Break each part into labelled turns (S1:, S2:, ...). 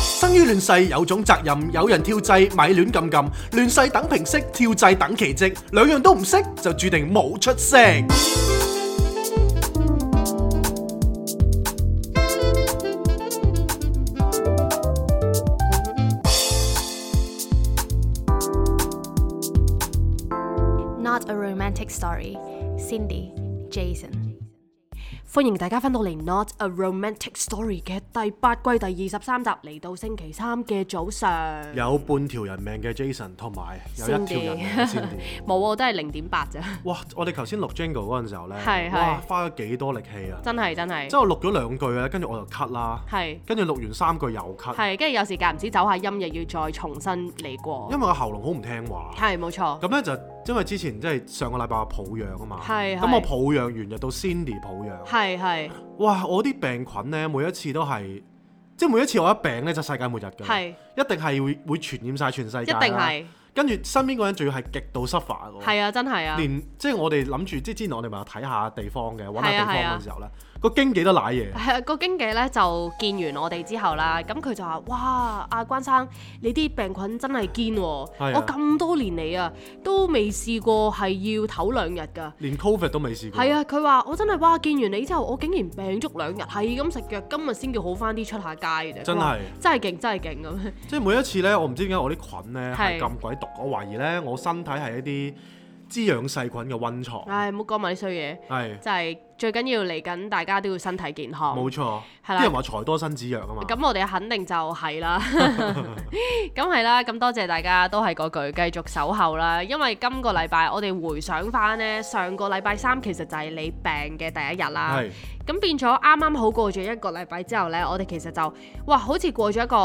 S1: 生於亂世有種責任，有人跳掣咪亂撳撳，亂世等平息，跳掣等奇蹟，兩樣都唔識就注定冇出息。
S2: Not a romantic story. Cindy, Jason。
S3: 歡迎大家翻到嚟《Not a Romantic Story》嘅第八季第二十三集，嚟到星期三嘅早上。
S1: 有半條人命嘅 Jason 同埋有一條人命
S3: Cindy
S1: 嘅 Cindy。
S3: 冇啊，我都係零點八咋，
S1: 哇！我哋頭先錄 Jingle 嗰陣時候咧，
S3: 係係
S1: 哇，花咗幾多力氣啊！
S3: 真係真係
S1: 即係我錄咗兩句咧，跟住我就 cut 啦，
S3: 係
S1: 跟住錄完三句又 cut，
S3: 係，跟住有時間唔知走下音，又要再重新嚟過
S1: 因為。個喉嚨好唔聽話。
S3: 係冇錯，
S1: 咁咧就因為之前即係上個禮拜我抱恙啊嘛，
S3: 係係
S1: 咁我抱恙完就到 Cindy 抱恙，
S3: 係係
S1: 哇！我啲病菌咧每一次都係，即係每一次我一病咧就世界末日㗎，
S3: 係
S1: 一定係會會傳染晒全世
S3: 一
S1: 界，
S3: 定係，
S1: 跟住身邊嗰人仲要係極度 suffer 㗎喎
S3: 係啊，真係啊，
S1: 連即係我哋諗住，即係之前我哋咪有睇下地方嘅，揾
S3: 係
S1: 下
S3: 啊
S1: 地方嘅時候咧，個經紀都賴嘢。
S3: 係啊，個經紀咧就見完我哋之後啦，咁佢就話：哇，阿關生，你啲病菌真係堅喎！
S1: 係啊
S3: 我咁多年嚟啊，都未試過係要唞兩日㗎。
S1: 連 Covid 都未試過。
S3: 係啊，佢話我真係哇，見完你之後，我竟然病足兩日，係咁食藥，今日先叫好翻啲，出下街嘅啫。
S1: 真係
S3: 佢話真係勁，真係勁咁。
S1: 即係每一次咧，我唔知點解我啲菌咧係
S3: 係
S1: 咁鬼毒，我懷疑咧我身體係一啲滋養細菌嘅溫床。
S3: 唉，唔好講埋啲衰嘢，
S1: 係，
S3: 就係最緊要嚟緊，大家都要身體健康。
S1: 冇錯。
S3: 係啦
S1: 啲人話財多身子弱啊嘛。
S3: 咁我哋肯定就係 啦， 咁係啦，咁多謝大家都係嗰句繼續守候啦，因為今個禮拜我哋回想翻呢，上個禮拜三其實就係你病嘅第一日啦，
S1: 係
S3: 咁變咗啱啱好過咗一個禮拜之後呢，我哋其實就哇好似過咗一個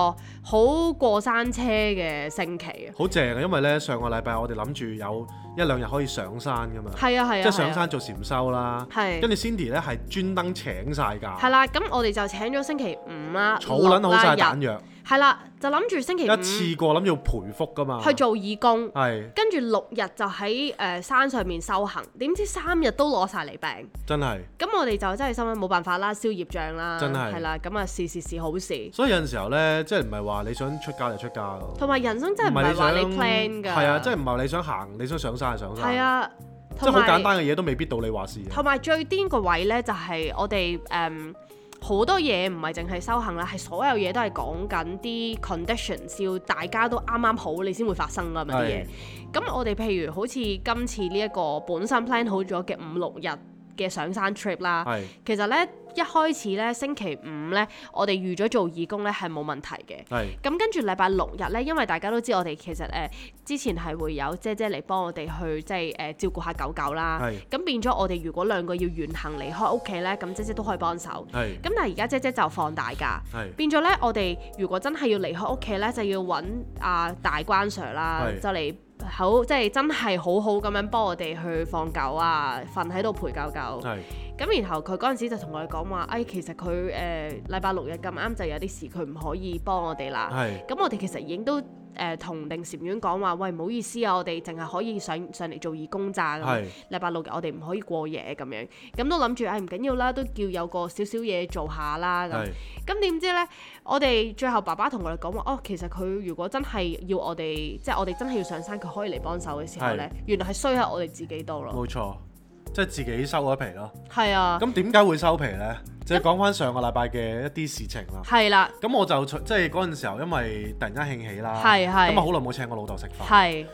S3: 好過山車嘅星期啊，
S1: 好正啊！因為咧上個禮拜我哋諗住有一兩日可以上山噶嘛，
S3: 係啊係啊，
S1: 即係上山做禪修啦。
S3: 係
S1: 跟住 Cindy 咧係專登請晒假，
S3: 係啦，咁我哋就請咗星期五啦，
S1: 儲撚好晒
S3: 六啦
S1: 彈
S3: 日，
S1: 藥，
S3: 係啦，就諗住星期
S1: 一
S3: 五
S1: 次啊過諗住培福噶嘛。
S3: 去做義工。
S1: 係
S3: 跟住六日就喺誒、呃山上面修行，點知三日都攞晒嚟病，
S1: 真係。
S3: 咁我哋就真係心諗冇辦法啦，燒業障啦，
S1: 真係
S3: 係啦，咁啊事事是好事，
S1: 所以有陣時候咧，即係唔係話你想出街就出街咯。
S3: 同埋人生真係唔係話你 plan 㗎，
S1: 係啊，即係唔係你想行，你想上山就上山。
S3: 係，啊，
S1: 即係
S3: 同
S1: 好簡
S3: 埋
S1: 單嘅嘢都未必到你話事啊嘅。
S3: 同埋最癲個位呢，就係、我哋誒。嗯好多嘢唔係淨係修行啦，係所有嘢都係講緊啲 conditions，要大家都啱啱好，你先會發生㗎嘛啲嘢
S1: 係。
S3: 咁我哋譬如好似今次呢一個本身 plan 好咗嘅五六日嘅上山 trip 啦，
S1: 係
S3: 其實咧，一開始咧，星期五咧，我哋預咗做義工咧係冇問題嘅。
S1: 係
S3: 咁跟住禮拜六日咧，因為大家都知我哋其實誒、呃之前係會有姐姐嚟幫我哋去即係誒、呃照顧下狗狗啦。
S1: 係
S3: 咁變咗我哋如果兩個要遠行離開屋企咧，咁姐姐都可以幫手。
S1: 係
S3: 咁但係而家姐姐就放大假，
S1: 係
S3: 變咗咧我哋如果真係要離開屋企咧，就要揾啊大關 Sir 啦
S1: 係，
S3: 就嚟好即係真係好好咁樣幫我哋去放狗啊，瞓喺度陪狗狗。
S1: 係
S3: 咁然後佢嗰陣時就同我哋講話，哎，其實佢誒禮拜六日咁啱就有啲事，佢唔可以幫我哋啦。
S1: 係
S3: 咁我哋其實已經都誒同、定禪院講話，喂，唔好意思啊，我哋淨係可以上上嚟做義工咋咁。
S1: 係
S3: 禮拜六日我哋唔可以過夜咁樣，咁都諗住，哎，唔緊要啦，都叫有個少少嘢做下啦咁。
S1: 係
S3: 咁點知呢？我哋最後爸爸同我哋講話，哦，其實佢如果真係要我哋，即係我哋真係要上山，佢可以嚟幫手嘅時候呢，原來係衰喺我哋自己度咯。
S1: 冇錯，即係自己收咗皮咯。
S3: 係啊，
S1: 啊咁點解會收皮咧？就係講翻上個禮拜嘅一啲事情啦。
S3: 係啦，
S1: 咁我就即係嗰陣時候，因為突然間興起啦，
S3: 係係
S1: 咁啊好耐冇請我老豆食飯，
S3: 係。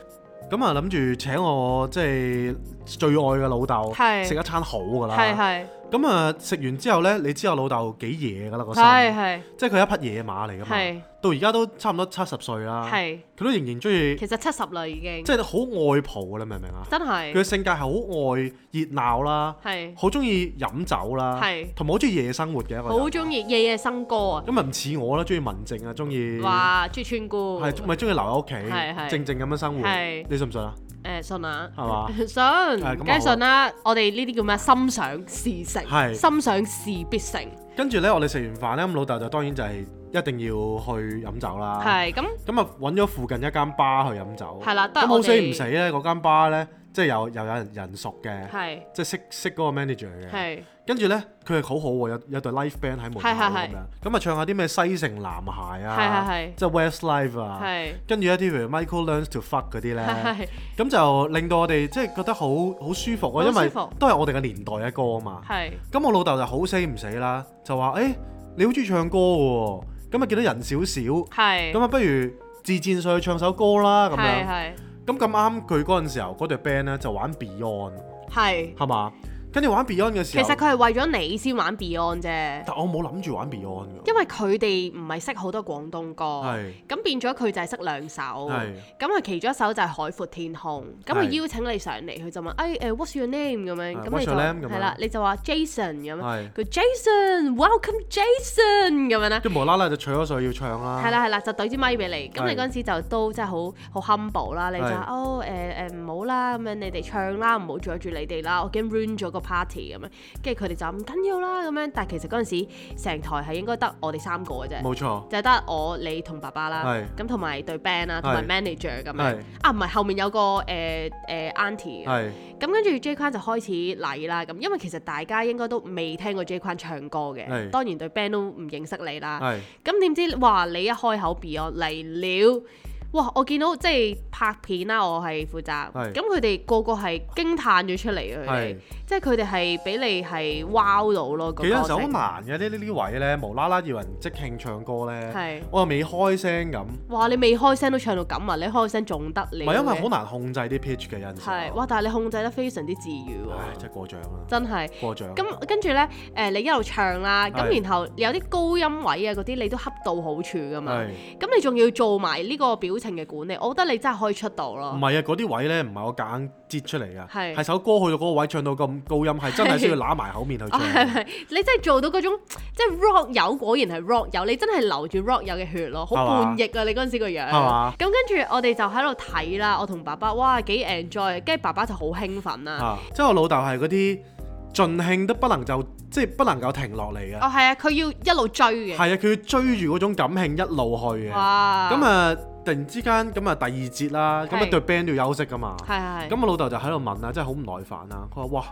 S1: 咁啊諗住請我即係最愛嘅老豆
S3: 係
S1: 食一餐好㗎啦。
S3: 係係
S1: 咁啊，食完之後呢，你知我老豆幾野噶啦個心，啊
S3: 係係
S1: 即係佢一匹野馬嚟噶嘛。
S3: 係
S1: 到而家都差唔多七十歲啦，
S3: 係，
S1: 佢都仍然中意，
S3: 其實七十啦已經，
S1: 啊即係好愛蒲啦，你明唔明啊？
S3: 真
S1: 佢嘅
S3: 係
S1: 性格係好愛熱鬧啦，
S3: 係
S1: 好中意飲酒啦
S3: 係，
S1: 同埋好中意夜生活嘅一個人。
S3: 好中意夜夜笙歌啊！
S1: 咁啊唔似我啦，中意文靜啊，中意
S3: 哇，中意村姑
S1: 係咪中意留喺屋企
S3: 係係
S1: 靜靜咁樣生活？
S3: 係
S1: 你信唔信啊？
S3: 誒信啊！
S1: 係嘛？
S3: 信，
S1: 咁啊
S3: 梗係信啦！我哋呢啲叫咩？心想事
S1: 係
S3: 成，心想事必成。
S1: 跟住呢，我哋食完飯呢，咁老豆就當然就係一定要去飲酒啦。啊
S3: 係咁，
S1: 咁啊揾咗附近一間吧去飲酒，
S3: 係啦都係
S1: 咁好
S3: 我哋
S1: 死唔死咧？嗰間吧咧即係又又有人人熟嘅，
S3: 係
S1: 即係識識嗰個 manager 嘅。
S3: 係
S1: 跟住咧，佢係好好喎，有有隊 live band 喺門口
S3: 係係
S1: 咁
S3: 係
S1: 樣，咁啊唱下啲咩西城男孩啊，
S3: 係係係
S1: 即係 Westlife 啊，
S3: 係
S1: 跟住一啲譬如 Michael Learns to Fuck 嗰啲咧。
S3: 係
S1: 咁就令到我哋即係覺得好好舒服啊，因
S3: 好舒
S1: 為
S3: 服
S1: 都係我哋嘅年代嘅歌啊嘛。
S3: 係
S1: 咁我老豆就好死唔死啦，就話：誒、你好中意唱歌嘅喎，咁啊見到人少少，咁
S3: 係
S1: 啊不如自薦上去唱首歌啦咁
S3: 係
S1: 樣。
S3: 係
S1: 咁咁啱佢嗰陣時候嗰隊 band 咧就玩 Beyond
S3: 係。
S1: 係嘛，跟住玩 Beyond 嘅時
S3: 其
S1: 候，
S3: 實佢係為咗你先玩 Beyond 啫，
S1: 但我冇諗住玩 Beyond 嘅，
S3: 因為佢哋唔係識好多廣東歌，
S1: 係
S3: 咁變咗佢就係識兩首，
S1: 係
S3: 咁佢其中一首就係《海闊天空》，咁佢
S1: 係
S3: 邀請你上嚟，佢就問：哎誒誒，What's your name？咁樣，
S1: 係
S3: 咁
S1: What's
S3: 你就
S1: your name？咁樣
S3: 係啦，你就話 Jason 咁樣，
S1: 係，
S3: 佢 Jason，Welcome Jason 咁樣啦。
S1: 跟住無啦啦就取咗上去要唱啦，
S3: 係啦係啦，就對支咪俾你，咁
S1: 啊係
S3: 你嗰陣時就都真係好好 humble 啦，你就話
S1: 係
S3: 哦誒誒唔好啦，咁樣你哋唱啦，唔好阻住你哋啦，我驚 ruin 咗個 party 咁樣，跟住佢哋就話唔緊要啦咁樣，但係其實嗰陣時成台係應該得我哋三個嘅啫，
S1: 冇錯，
S3: 就係得我你同爸爸啦，
S1: 係
S3: 咁同埋對 band 啦，同埋 manager 咁樣
S1: 係，
S3: 啊唔係後面有個誒誒 auntie 嘅，
S1: 係
S3: 咁跟住 J 框就開始嚟啦，咁因為其實大家應該都未聽過 J 框唱歌嘅，
S1: 係
S3: 當然對 band 都唔認識你啦。
S1: 係
S3: 咁點知哇！你一開口 Beyond 嚟了，哇！我見到即係拍片啦，我係負責，
S1: 係
S3: 咁佢哋個個係驚歎咗出嚟嘅，佢哋
S1: 係。
S3: 即係佢哋係俾你係 wow 到咯，個
S1: 其實有陣時
S3: 歌
S1: 好
S3: 聲
S1: 難嘅呢呢啲位咧，無啦啦要人即興唱歌
S3: 係
S1: 咧，我又未開聲咁，唔
S3: 哇！你未開聲都唱到咁啊！你開聲仲得了嘅，
S1: 係因為好難控制啲 pitch 嘅有陣時候。
S3: 係哇！但係你控制得非常之自如喎，
S1: 唉，真係過獎啦，
S3: 真係。
S1: 過獎。
S3: 咁跟住咧，誒、你一路唱啦，咁
S1: 係
S3: 然後有啲高音位啊嗰啲，你都恰到好處噶嘛。
S1: 係
S3: 咁你仲要做埋呢個表情嘅管理，我覺得你真係可以出道
S1: 唔
S3: 咯。
S1: 係啊？嗰啲位咧唔係我夾硬擠出嚟㗎，
S3: 哦係
S1: 係首歌去到嗰個位唱到咁高音，係真係需要揦埋口面去唱。
S3: 哦係啊你真係做到嗰種即係 rock 友，果然係 rock 友，你真係流住 rock 友嘅血咯，好
S1: 係嘛
S3: 叛逆啊！你嗰陣時個樣，
S1: 係嘛
S3: 咁跟住我哋就喺度睇啦，我同爸爸哇幾 enjoy，跟住爸爸就好興奮啦。
S1: 啊！即係我老豆係嗰啲盡興都不能就即係不能夠停落嚟嘅，
S3: 哦，係啊，佢要一路追嘅，
S1: 係啊，佢要追住嗰種感興一路去嘅。
S3: 哇！
S1: 咁，啊，突然之間咁啊，第二節啦，咁啊
S3: 係
S1: 對 band 要休息㗎嘛。
S3: 係係係
S1: 咁我啊老豆就喺度問啦，真係好唔耐煩啦。佢話：哇，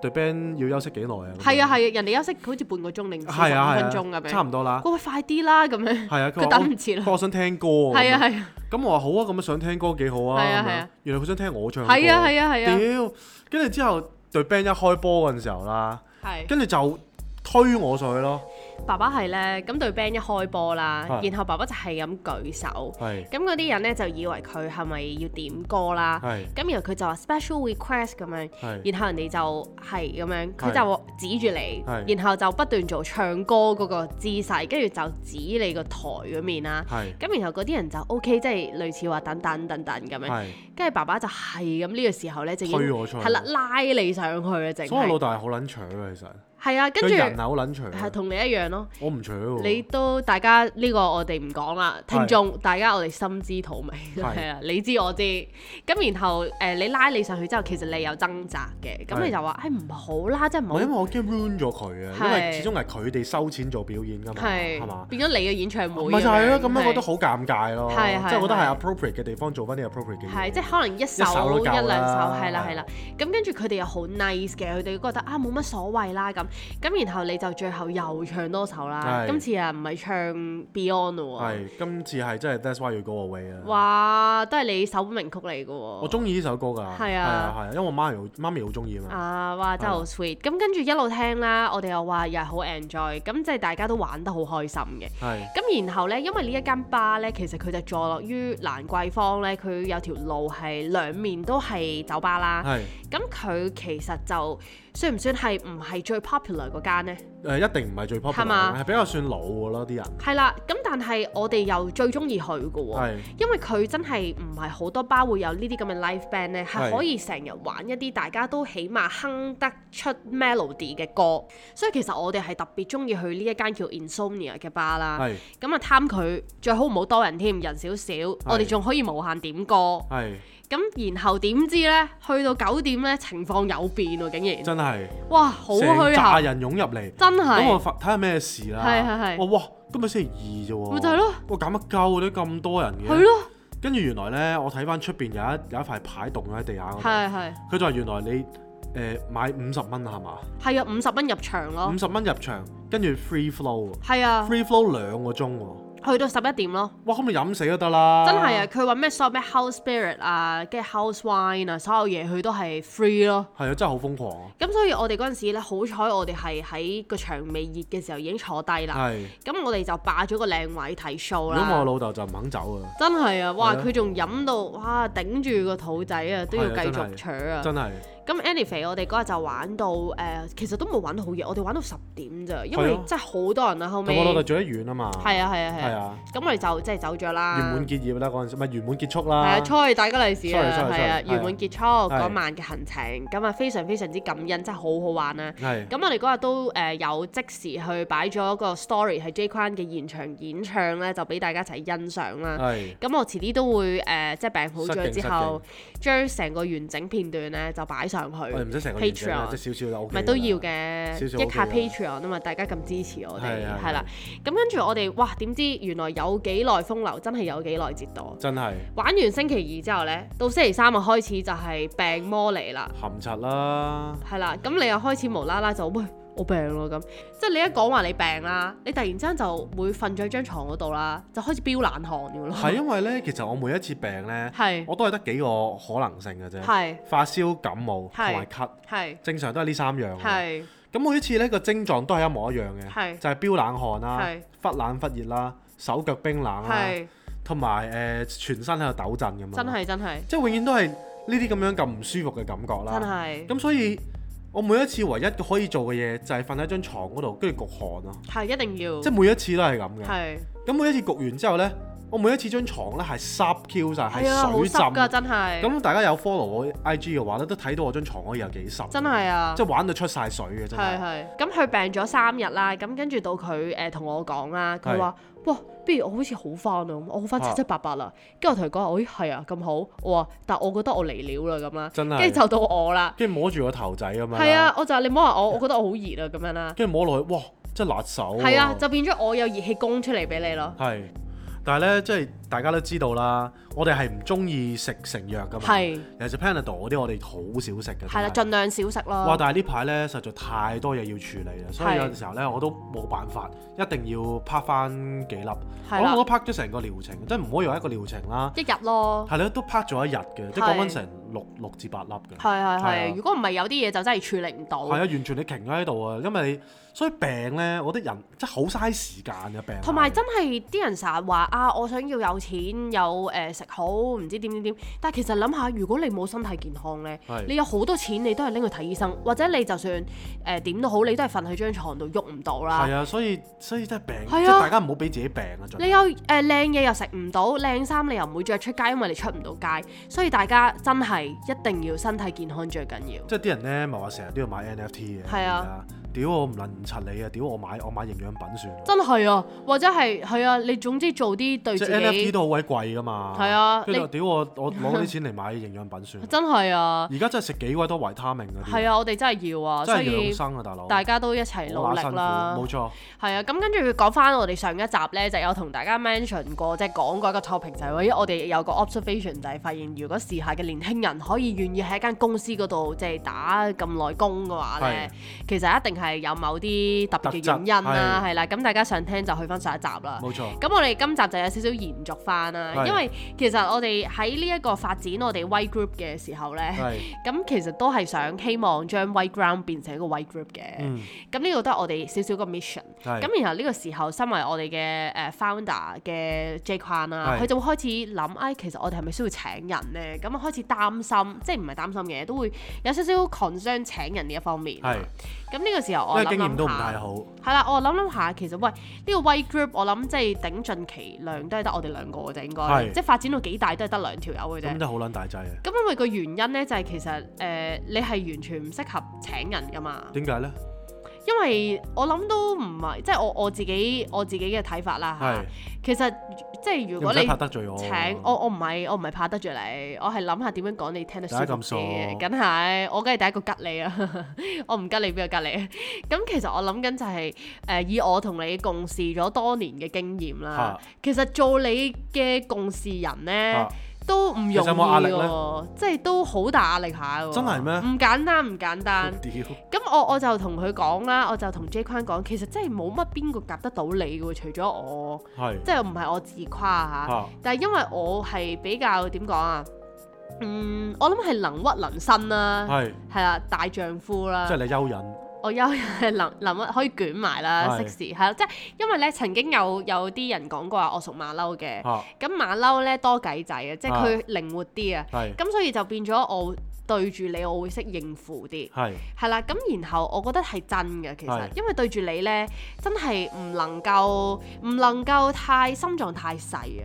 S1: 對 band 要休息幾耐啊？
S3: 係啊係啊，人哋休息好似半個鐘定唔知十五
S1: 係啊，
S3: 分
S1: 係
S3: 鐘咁
S1: 啊，
S3: 樣，
S1: 差唔多啦。
S3: 喂，快啲啦咁樣，
S1: 係啊，
S3: 佢
S1: 話
S3: 等唔切啦
S1: 我我想聽歌。
S3: 係啊
S1: 咁樣
S3: 係啊
S1: 咁我話好啊，咁啊想聽歌幾好啊。
S3: 係啊
S1: 咁樣
S3: 係啊
S1: 原來佢想聽我唱歌。
S3: 係啊係啊係啊
S1: 屌，跟住之後對 band 一開波嗰陣時候啦，
S3: 係。
S1: 跟住就推我上去咯。
S3: 爸爸係咧，咁對 band 一開波啦，
S1: 係
S3: 然後爸爸就係咁舉手，
S1: 係
S3: 咁嗰啲人咧就以為佢係咪要點歌啦，
S1: 係
S3: 咁然後佢就話 special request 咁樣，
S1: 係
S3: 然後人哋就係咁樣，佢
S1: 係
S3: 就指住你，
S1: 係
S3: 然後就不斷做唱歌嗰個姿勢，跟住就指你個台嗰面啦。
S1: 係
S3: 咁然後嗰啲人就 O、k 即係類似話等等等等咁樣，
S1: 係。
S3: 跟住爸爸就係咁呢個時候咧就已經
S1: 推我出去
S3: 係啦，拉你上去啦，淨
S1: 所以我老
S3: 係
S1: 豆係好撚搶嘅，其實
S3: 係啊，跟
S1: 佢
S3: 住
S1: 人係哦好撚搶
S3: 係
S1: 嘅。
S3: 同你一樣咯。
S1: 我唔搶喎。
S3: 你都大家呢、個我哋唔講啦，聽眾大家我哋心知肚明，
S1: 係
S3: 係啊，你知我知。咁然後誒、呃你拉你上去之後，其實你有掙扎嘅，咁
S1: 係
S3: 你就話：，唉唔好啦，真係唔
S1: 唔
S3: 好
S1: 係因為，我驚 ruin 咗佢啊，因
S3: 係
S1: 為始終係佢哋收錢做表演㗎嘛，係嘛啊
S3: 係？變咗你嘅演唱會。
S1: 咪就係咯，咁樣
S3: 係
S1: 覺得好尷尬咯，即
S3: 係係
S1: 係覺得
S3: 係
S1: 係 appropriate 嘅地方做翻啲 appropriate 嘅
S3: 係
S1: 嘢。
S3: 即係可能一首
S1: 一首都夠啦
S3: 兩首係啦
S1: 係
S3: 係啦，咁跟住佢哋又好 nice 嘅，佢哋覺得啊冇乜所謂啦咁，咁然後你就最後又唱多首啦，
S1: 係
S3: 今次啊唔係唱 Beyond 咯喎，
S1: 係今次係真係 That's why you go away 啊！
S3: 哇都係你首本名曲嚟嘅喎，
S1: 我中意呢首歌㗎，
S3: 係啊
S1: 係啊，係啊，因為我媽咪好媽咪好中意啊嘛。
S3: 啊，哇！真係好 sweet。咁跟住一路聽啦，我哋又話又係好 enjoy，咁即係大家都玩得好開心嘅。
S1: 係
S3: 咁然後呢，因為呢一間巴呢，其實佢就坐落於蘭桂坊呢，佢有條路係兩面都係酒吧啦。
S1: 係
S3: 咁佢其實就算唔算係唔係最 popular 嗰間呢？
S1: 誒，一定唔係最
S3: 係嘛
S1: popular，係比較算老㗎咯啲人。
S3: 係啦，咁但係我哋又最中意去嘅喎，
S1: 係
S3: 因為佢真係唔係好多巴會有呢啲咁嘅 live band 呢，係
S1: 係
S3: 可以成日玩一啲大家都起碼哼得出 melody 嘅歌，所以其實我哋係特別中意去呢一間叫 Insomnia 嘅巴啦。
S1: 係
S3: 咁啊貪佢最好唔好多人添，人少少，我哋仲可以無限點歌。
S1: 係
S3: 咁然後點知呢？去到九點呢，情況有變喎，竟然
S1: 真係
S3: 哇好
S1: 成
S3: 虛
S1: 扎
S3: 撼，
S1: 人湧入嚟，
S3: 真
S1: 咁我
S3: 係
S1: 發睇下咩事啦。
S3: 係係係
S1: 我哇，今日星期二啫喎。
S3: 咪就係咯，
S1: 啊我減乜鳩都咁多人嘅。
S3: 係咯。
S1: 跟住原來呢，我睇翻出邊有一有一塊牌棟咗喺地下嗰度，
S3: 係係
S1: 佢就話原來你誒、呃、買五十蚊係嘛，
S3: 係啊，五十蚊入場咯
S1: 五，十蚊入場，跟住 free flow 喎
S3: 係啊，
S1: ，free flow 兩個鐘喎，
S3: 去到十一點咯。
S1: 哇！咁你飲死都得啦，
S3: 真係啊！！佢話咩所有咩 house spirit 啊，跟住 house wine 啊，所有嘢佢都係 free 咯。
S1: 係啊，真係好瘋狂啊！
S3: 咁所以我哋嗰陣時咧，好彩我哋係喺個場未熱嘅時候已經坐低啦。
S1: 係，
S3: 咁我哋就霸咗個靚位睇 show
S1: 如
S3: 啦。
S1: 果我老豆就唔肯走啊，
S3: 真係啊！哇，
S1: 係啊
S3: 佢仲飲到哇，頂住個肚仔啊，都要
S1: 係啊
S3: 繼
S1: 真
S3: 續
S1: 係
S3: 扯啊！
S1: 真係
S3: 咁 anyway，我哋嗰日就玩到誒、呃其實都冇玩到好夜，我哋玩到十點咋，因為
S1: 係啊
S3: 真係好多人啊，後尾
S1: 同我老豆住得遠啊嘛，
S3: 係啊係啊係
S1: 係
S3: 啊，
S1: 啊，
S3: 咁我哋就即係走咗啦。
S1: 圓滿結業啦嗰陣時，咪圓滿結束
S3: 係啊，
S1: 啦，
S3: 初去大吉利是啊，
S1: Sorry，sorry，
S3: 係啊，
S1: sorry，
S3: 圓滿結束嗰
S1: 係
S3: 晚嘅行程，咁啊非常非常之感恩，真係好好玩啊！
S1: 係
S3: 咁我哋嗰日都誒有即時去擺咗個 story 喺 J Kwan 嘅現場演唱咧，就俾大家一齊欣賞啦。
S1: 係
S3: 咁我遲啲都會誒、呃即係病好咗
S1: 失敬
S3: 之後，將成個完整片段咧就擺上去
S1: 我哋唔使成個完整啦
S3: Patreon 啊
S1: 即係少少就 O
S3: 咪都要嘅，
S1: 少少
S3: 一下
S1: OK 嘅
S3: Patreon 啊嘛，大家咁支持我哋
S1: 係係
S3: 係啦。咁跟住我哋哇，點知原來有幾耐風流，真係有幾耐折墮。
S1: 真係
S3: 玩完星期二之後呢，到星期三啊開始就係病魔嚟啦，
S1: 含柒啦，
S3: 係啦，咁你又開始無啦啦就喂我病咯咁，即係你一講話你病啦，你突然之間就會瞓咗喺張床嗰度啦，就開始飆冷汗噶咯，
S1: 係因為咧，其實我每一次病咧，
S3: 啊係
S1: 我都係得幾個可能性嘅啫，
S3: 係
S1: 發燒、感冒同
S3: 係
S1: 埋咳，
S3: 係
S1: 正常都係呢三樣嘅。
S3: 係
S1: 咁每一次咧個症狀都係一模一樣
S3: 係
S1: 嘅，就係飆冷汗啦
S3: 係、
S1: 忽冷忽熱啦、手腳冰冷啦，
S3: 係
S1: 同埋誒全身喺度抖震啊咁樣，
S3: 真係真係
S1: 即係永遠都係呢啲咁樣咁唔舒服嘅感覺
S3: 真
S1: 啦。
S3: 係
S1: 咁所以我每一次唯一可以做嘅嘢就係瞓喺張床嗰度，跟住焗汗咯，
S3: 係一定要
S1: 即係每一次都係咁嘅。
S3: 係
S1: 咁每一次焗完之後呢，我每一次張床呢係濕 Q 晒，係
S3: 係啊，好
S1: 水浸。啊
S3: 濕㗎真係，
S1: 咁大家有 follow 我 IG 嘅話呢，都睇到我張床可以有幾濕。
S3: 真係啊
S1: 即。係玩到出晒水嘅真
S3: 係
S1: 係。
S3: 係，咁佢病咗三日啦，咁跟住到佢誒同我講啦，佢話：哇，不如我好似好翻啊，咁我好翻七七八八啦。跟住我同佢講：我咦係啊，咁好。我話：但我覺得我嚟了啦咁啦。
S1: 真係
S3: 跟住就到我啦。
S1: 跟住摸住個頭仔咁樣。
S3: 係啊，。我就話你唔好話我，我覺得我好熱啊咁樣啦。
S1: 跟住摸落去，哇！真係辣手。
S3: 係啊，就變咗我有熱氣供出嚟俾你咯。
S1: 係。但係呢，即係大家都知道啦，我哋係唔中意食成藥㗎嘛。
S3: 係
S1: 尤其是 Panadol 嗰啲，我哋好少食嘅。
S3: 係啦，
S1: 真係
S3: 盡量少食
S1: 哇！
S3: 咯。
S1: 但係呢排呢，實在太多嘢要處理啦，所以
S3: 係
S1: 有陣時候呢，我都冇辦法，一定要拍翻幾粒。我
S3: 係
S1: 諗
S3: 啦
S1: 我都拍咗成個療程，即係唔可以話一個療程啦。
S3: 一日咯。
S1: 係咯，都拍咗一日嘅，即係講緊成六六至八粒嘅。
S3: 係
S1: 係
S3: 係
S1: 啊
S3: 係，如果唔係有啲嘢就真係處理唔到
S1: 係。啊，完全你停咗喺度啊，因為你所以病咧，我覺得人真係好嘥時間嘅病。啊
S3: 同埋真係啲人成日話啊，我想要有錢有誒食、好，唔知點點點。但係其實諗下，如果你冇身體健康咧
S1: 係，
S3: 你有好多錢你都係拎去睇醫生，或者你就算誒點都好，你都係瞓喺張床度喐唔到啦
S1: 係。啊，所以所以真係病，
S3: 係啊
S1: 即係大家唔好俾自己病啊！盡
S3: 你有誒靚嘢又食唔到，靚衫你又唔會着出街，因為你出唔到街。所以大家真係一定要身體健康最緊要。
S1: 即係啲人咧，咪話成日都要買 NFT 嘅。
S3: 係
S1: 而
S3: 啊
S1: 家，屌我唔撚唔柒你啊！屌我買我買營養品算啦。
S3: 真係啊，或者係係啊，你總之做啲對
S1: 即
S3: 自
S1: 係 NFT
S3: 己
S1: 都好鬼貴㗎嘛。
S3: 係啊
S1: 跟住就
S3: 你
S1: 屌我 我攞啲錢嚟買營養品算啦。
S3: 真係啊，
S1: 而家真係食幾鬼多維他命嗰啲。
S3: 係啊，我哋真係要啊，
S1: 真
S3: 所
S1: 係
S3: 以
S1: 養生啊，大佬。
S3: 大家都一齊努
S1: 好乸辛
S3: 力
S1: 苦
S3: 啦。
S1: 冇錯。
S3: 係啊，咁跟住講翻我哋上一集咧，就有同大家 mention 過，即係講過一個 topic 就係話，因為我哋有個 observation 就係發現，如果時下嘅年輕人可以願意喺間公司嗰度即係打咁耐工嘅話咧，其實一定係有某啲特別嘅原因啦，
S1: 特質
S3: 係啦。咁大家想聽就去翻上一集啦。
S1: 冇錯，
S3: 咁我哋今集就有少少延續翻啦，
S1: 係
S3: 因為其實我哋喺呢一個發展我哋 white group 嘅時候咧。
S1: 係
S3: 咁其實都係想希望將 white ground 變成一個 white group 嘅，
S1: 嗯
S3: 咁呢個都係我哋少少個 mission。
S1: 係
S3: 咁然後呢個時候，身為我哋嘅誒 founder 嘅 J Kwan 啦，
S1: 係
S3: 佢就會開始諗，唉、其實我哋係咪需要請人呢？咁啊開始擔心，即係唔係擔心嘅，都會有少少 concern 請人呢一方面。啊
S1: 係，
S3: 咁呢個時候
S1: 因
S3: 我
S1: 為
S3: 諗
S1: 經驗都唔
S3: 諗
S1: 太
S3: 下，
S1: 好，
S3: 係啦，我諗諗下，其實喂呢、個 white group，我諗即係頂盡其量都係得我哋兩個嘅啫，應該
S1: 係
S3: 即係發展到幾大都係得兩條友嘅啫
S1: 咁真。係好撚大劑啊！
S3: 咁因為個原因咧，就係、其實誒、呃你係完全唔適合請人噶嘛，
S1: 點解呢？
S3: 因為我諗都唔係，即係我我自己我自己嘅睇法啦
S1: 係
S3: 嚇。其實即係如
S1: 你唔
S3: 果
S1: 使
S3: 你
S1: 怕得罪我。
S3: 請我，我唔係我唔係怕得罪你，我係諗下點樣講你聽得舒服
S1: 大家咁
S3: 啲嘅，
S1: 傻
S3: 梗係我梗係第一個吉你啊！ 我唔吉你邊個吉你 啊？咁其實我諗緊就係、呃以我同你共事咗多年嘅經驗啦，
S1: 啊
S3: 其實做你嘅共事人咧。
S1: 啊
S3: 都唔容易
S1: 其實有冇壓力呢
S3: 喎，即係都好大壓力下喎。
S1: 真係咩
S3: 唔簡單，唔簡單。
S1: 屌，
S3: 咁我我就同佢講啦，我就同 J 坤講，其實真係冇乜邊個夾得到你嘅喎，除咗我，
S1: 係
S3: 即係唔係我自誇嚇。
S1: 嚇
S3: 但係因為我係比較點講啊，嗯，我諗係能屈能伸啦、
S1: 係，
S3: 係啦，大丈夫啦
S1: 即，係你蚯隱
S3: 我休係能 能屈可以捲埋啦，
S1: 係
S3: 適時係啦，即係因為咧曾經有有啲人講過話我屬馬騮嘅，
S1: 嚇
S3: 咁馬騮咧多計仔嘅，即係
S1: 啊
S3: 佢靈活啲啊，
S1: 係
S3: 咁所以就變咗我對住你，我會識應付啲。
S1: 係
S3: 係啦，咁然後我覺得係真嘅，其實
S1: 係
S3: 因為對住你呢，真係唔能夠唔能夠太心臟太細啊，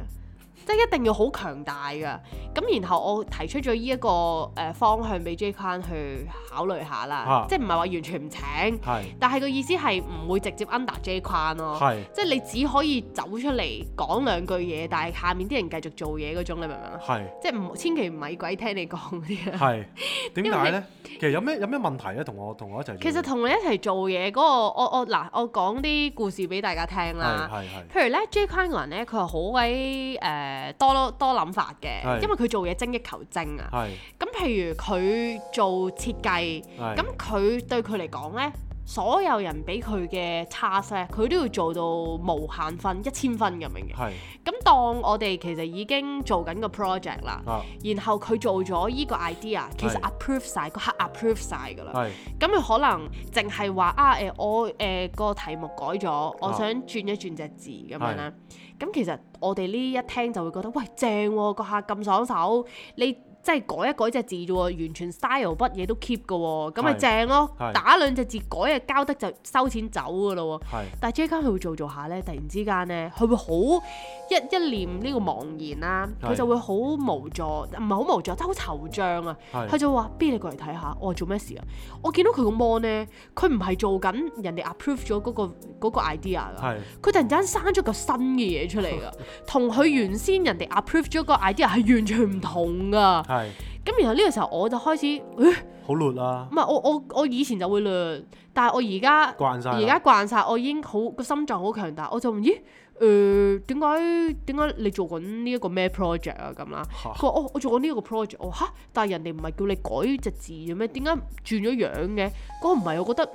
S3: 即係一定要好強大噶。咁然後我提出咗呢一個誒、呃方向俾 J 框去考慮下啦，
S1: 啊
S3: 即係唔係話完全唔請，
S1: 係
S3: 但係個意思係唔會直接 under J 框咯。
S1: 係
S3: 即係你只可以走出嚟講兩句嘢，但係下面啲人繼續做嘢嗰種，你明唔明啊？
S1: 係
S3: 即係唔千祈唔咪鬼聽你講嗰啲啊！
S1: 係，點解
S3: 因為
S1: 咧？其實有咩有咩問題咧？同我同我一齊做，
S3: 其實同你一齊做嘢嗰、個，我我嗱，我講啲故事俾大家聽
S1: 係
S3: 啦。
S1: 係係
S3: 譬如咧，J. Kwan 個人咧，佢係好鬼誒多多諗法嘅，
S1: 係
S3: 因為佢做嘢精益求精啊。
S1: 係
S3: 咁譬如佢做設計，
S1: 係
S3: 咁佢對佢嚟講咧，所有人俾佢嘅 task 咧，佢都要做到無限分一千分咁樣嘅。
S1: 係
S3: 咁當我哋其實已經做緊個 project 啦，
S1: 啊
S3: 然後佢做咗依個 idea，其實
S1: 係
S3: approve 晒，嗰刻 approve 晒㗎啦。
S1: 係
S3: 咁佢可能淨係話啊誒、我誒、個題目改咗，
S1: 啊
S3: 我想轉一轉隻字咁樣啦。咁其實我哋呢一聽就會覺得，喂正喎、個客咁爽手，你即係改一改隻字啫喎，完全 style 乜嘢都 keep 嘅喎，咁咪
S1: 係
S3: 正咯。
S1: 係
S3: 打兩隻字改啊，交得就收錢走嘅咯喎。
S1: 係
S3: 但係 J 間佢會做做下咧，突然之間咧，佢會好一一念呢個茫然啦，
S1: 係
S3: 佢就會好無助，唔係好無助，即係好惆悵啊。佢
S1: 係
S3: 就話：B 你過嚟睇下，我話做咩事啊？我見到佢個 mon 咧，佢唔係做緊人哋 approve 咗嗰、個嗰個 idea 㗎，
S1: 係
S3: 佢突然之間生咗個新嘅嘢出嚟㗎，同佢原先人哋 approve 咗個 idea 係完全唔同㗎。
S1: 係
S3: 咁然後呢個時候我就開始，咦
S1: 好攣啦
S3: 唔，係我我我以前就會亂，但係我而家
S1: 慣晒啦
S3: 而家慣晒，我已經好個心臟好強大，我就唔咦誒點解點解你做緊呢一個咩 project 啊咁啦？
S1: 嚇
S3: 佢話我我做緊呢一個 project，我話吓，但係人哋唔係叫你改隻字嘅咩？點解轉咗樣嘅？嗰個唔係，我覺得。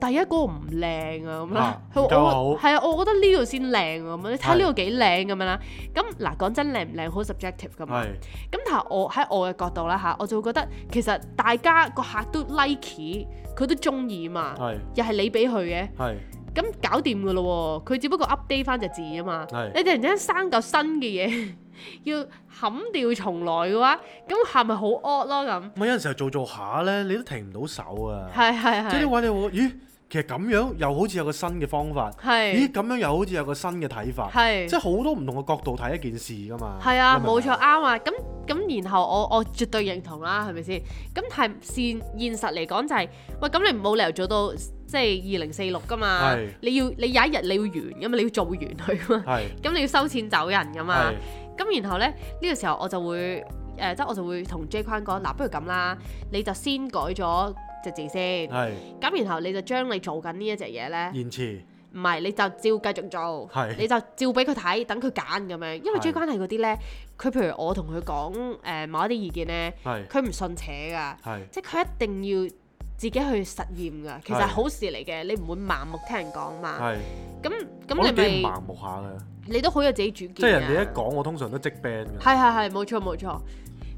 S3: 第一嗰個唔靚啊咁啦
S1: 啊，
S3: 佢
S1: 唔夠
S3: 話
S1: 好
S3: 我係啊，我覺得呢度先靚啊咁樣，你睇下
S1: 係
S3: 呢度幾靚咁樣啦。咁嗱講真靚唔靚好 subjective 噶嘛。
S1: 係
S3: 咁但係我喺我嘅角度啦嚇，我就會覺得其實大家個客都 like 佢都中意嘛，
S1: 係
S3: 又係你俾佢嘅，
S1: 係
S3: 咁搞掂噶咯喎，佢只不過 update 翻隻字啊嘛。
S1: 係
S3: 你突然之間生嚿新嘅嘢， 要冚掉重來嘅話，咁係咪好 odd 咯咁？
S1: 咪有陣時候做做下咧，你都停唔到手啊！
S3: 係係
S1: 即係呢
S3: 係
S1: 位你會咦，其實咁樣又好似有個新嘅方法，咦
S3: 係
S1: 咁樣又好似有個新嘅睇法，
S3: 係
S1: 即係好多唔同嘅角度睇一件事噶嘛。
S3: 係啊，
S1: 你明唔
S3: 冇
S1: 明
S3: 錯啱啊。咁咁然後我我絕對認同啦，係咪先？咁但係現現實嚟講就係、喂咁你冇理由做到即係二零四六噶嘛
S1: 係？
S3: 你要你有一日你要完噶嘛？你要做完佢噶嘛？
S1: 係
S3: 咁你要收錢走人噶嘛
S1: 係？
S3: 咁啊然後咧，呢、個時候我就會誒，呃即、係我就會同 J 框講，嗱、不如咁啦，你就先改咗隻字先，
S1: 係
S3: 咁然後你就將你做緊呢一隻嘢咧，
S1: 延遲
S3: 唔係你就照繼續做，
S1: 係
S3: 你就照俾佢睇，等佢揀咁樣。因為
S1: 係
S3: J 框係嗰啲咧，佢譬如我同佢講誒某一啲意見咧，
S1: 係
S3: 佢唔信邪㗎，
S1: 係
S3: 即係佢一定要自己去實驗㗎。其實
S1: 係
S3: 係好事嚟嘅，你唔會盲目聽人講嘛。
S1: 係，
S3: 咁
S1: 我
S3: 咁
S1: 都
S3: 你
S1: 幾
S3: 咪啊
S1: 盲目下嘅，
S3: 你都好有自己主見㗎。
S1: 即係人哋一講我通常都即 ban 嘅。
S3: 係係係，冇錯冇錯，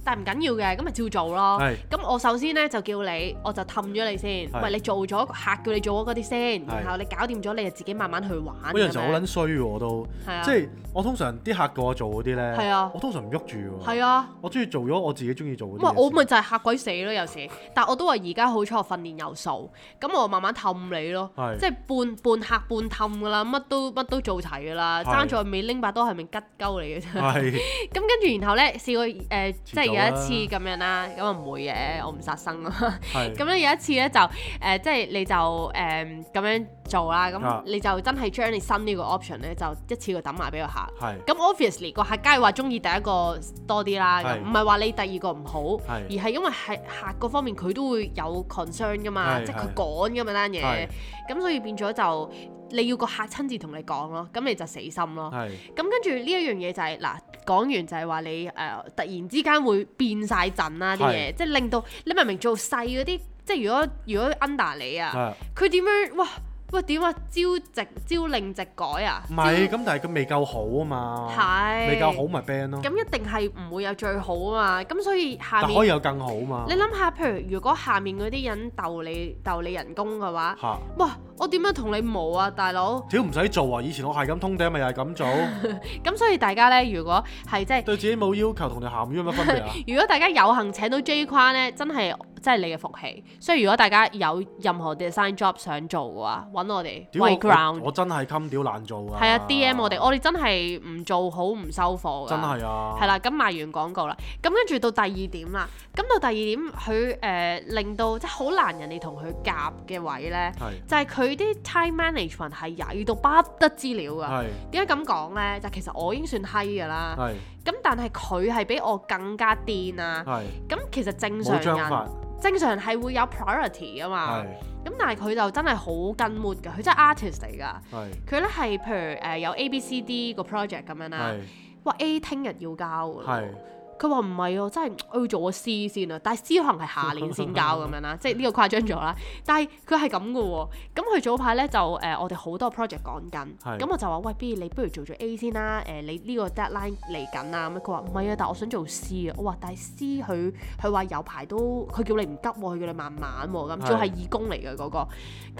S3: 但係唔緊要嘅，咁咪照做咯。
S1: 係
S3: 咁我首先咧就叫你，我就氹咗你先。
S1: 係
S3: 喂，你做咗客叫你做嗰啲先，
S1: 係
S3: 然後你搞掂咗，你就自己慢慢去玩。
S1: 我有陣時
S3: 咁
S1: 候
S3: 樣
S1: 好撚衰喎，我都
S3: 係啊
S1: 即係我通常啲客叫我做嗰啲咧，
S3: 係啊
S1: 我通常唔喐住喎。
S3: 係啊，
S1: 我中意做咗我自己中意做嗰
S3: 咁
S1: 啲
S3: 啊
S1: 嘢
S3: 我
S1: 先
S3: 咪就係嚇鬼死咯有時。但我都話而家好彩我訓練有素，咁我慢慢氹你咯
S1: 係，
S3: 即係半半嚇半氹噶啦，乜都乜都做齊噶啦，
S1: 係啊
S3: 爭在未拎把刀係咪吉鳩你嘅啫。
S1: 係
S3: 咁跟住然後咧試過誒、即係有一次咁樣啦，咁啊唔會嘅，我唔殺生啊嘛。
S1: 係
S3: 咁咧有一次咧就誒、呃即係你就呃誒咁、樣做啦，
S1: 啊
S3: 咁你就真係將你新呢個 option 咧，就一次過抌埋俾個客。
S1: 係
S3: 咁 obviously 個客梗係話中意第一個多啲啦，
S1: 係
S3: 咁唔係話你第二個唔好，
S1: 係
S3: 而係因為係客嗰方面佢都會有 concern 噶嘛，
S1: 係
S3: 即係
S1: 係
S3: 佢趕噶嘛單
S1: 係
S3: 嘢，咁所以變咗就你要個客親自同你講咯，咁你就死心咯。
S1: 係
S3: 咁跟住呢一樣嘢就係、嗱，講完就係話你誒、呃突然之間會變晒陣啦啲嘢，即係令到你明明做細嗰啲，即係如果如果 under 你啊，
S1: 係。
S3: 佢點樣哇哇點啊朝直朝令夕改啊，
S1: 唔係，咁但係佢未夠好啊嘛，
S3: 係
S1: 未夠好咪 ban 咯，
S3: 咁一定係唔會有最好啊嘛，咁所以
S1: 但
S3: 下
S1: 可以啊
S3: 面
S1: 有更好嘛
S3: 你，諗下，譬如如果下面嗰啲人鬥你鬥你人工嘅話，
S1: 嚇，
S3: 哇我點樣同你冇啊大佬？
S1: 屌唔使做啊！以前我係咁通頂，咪又係咁 做，
S3: 咁所以大家呢，如果係即係。
S1: 對自己冇要求，同條鹹魚有乜分 別啊？
S3: 如果大家有幸請到 J 框咧，真係真係你嘅福氣。所以如果大家有任何 design job 想做嘅話，揾我哋
S1: 屌
S3: Way
S1: 我
S3: Ground，
S1: 我真係襟屌難做啊！
S3: 係啊 DM 我哋，我哋真係唔做好唔收貨㗎。
S1: 真係啊，
S3: 係啦，咁賣完廣告啦，咁跟住到第二點啦，咁到第二點佢誒、呃令到即係好難人哋同佢夾嘅位呢，
S1: 係
S3: 就係佢啲 time management 係曳到不得之了㗎。
S1: 係
S3: 點解咁講呢？就其實我已經算閪㗎啦，
S1: 係
S3: 咁但係佢係比我更加癲啊！
S1: 係
S3: 咁其實正常
S1: 冇章法
S3: 人，正常人係會有 priority 噶嘛。
S1: 係
S3: 咁但係佢就真係好跟 mood 㗎，佢真係 artist 嚟㗎。
S1: 係
S3: 佢咧係譬如誒、呃有 A、B、C、D 個 project 咁樣啦
S1: 係。
S3: 哇 A 聽日要交㗎喎
S1: 係。
S3: 佢話唔係喎，真係我要做個 C 先啊，但係 C 可能係下年先交咁 樣啦，即係呢個誇張咗啦。但係佢係咁嘅喎，咁佢早排咧就誒、呃我哋好多 project 講緊，
S1: 係
S3: 咁我就話喂，不如你不如做咗 A 先啦，誒、你呢個 deadline 嚟緊啊，咁佢話唔係啊，但係我想做 C 啊，我話但係 C 佢佢話有排都，佢叫你唔急喎，佢叫你慢慢喎，咁
S1: 係
S3: 仲係義工嚟嘅嗰個，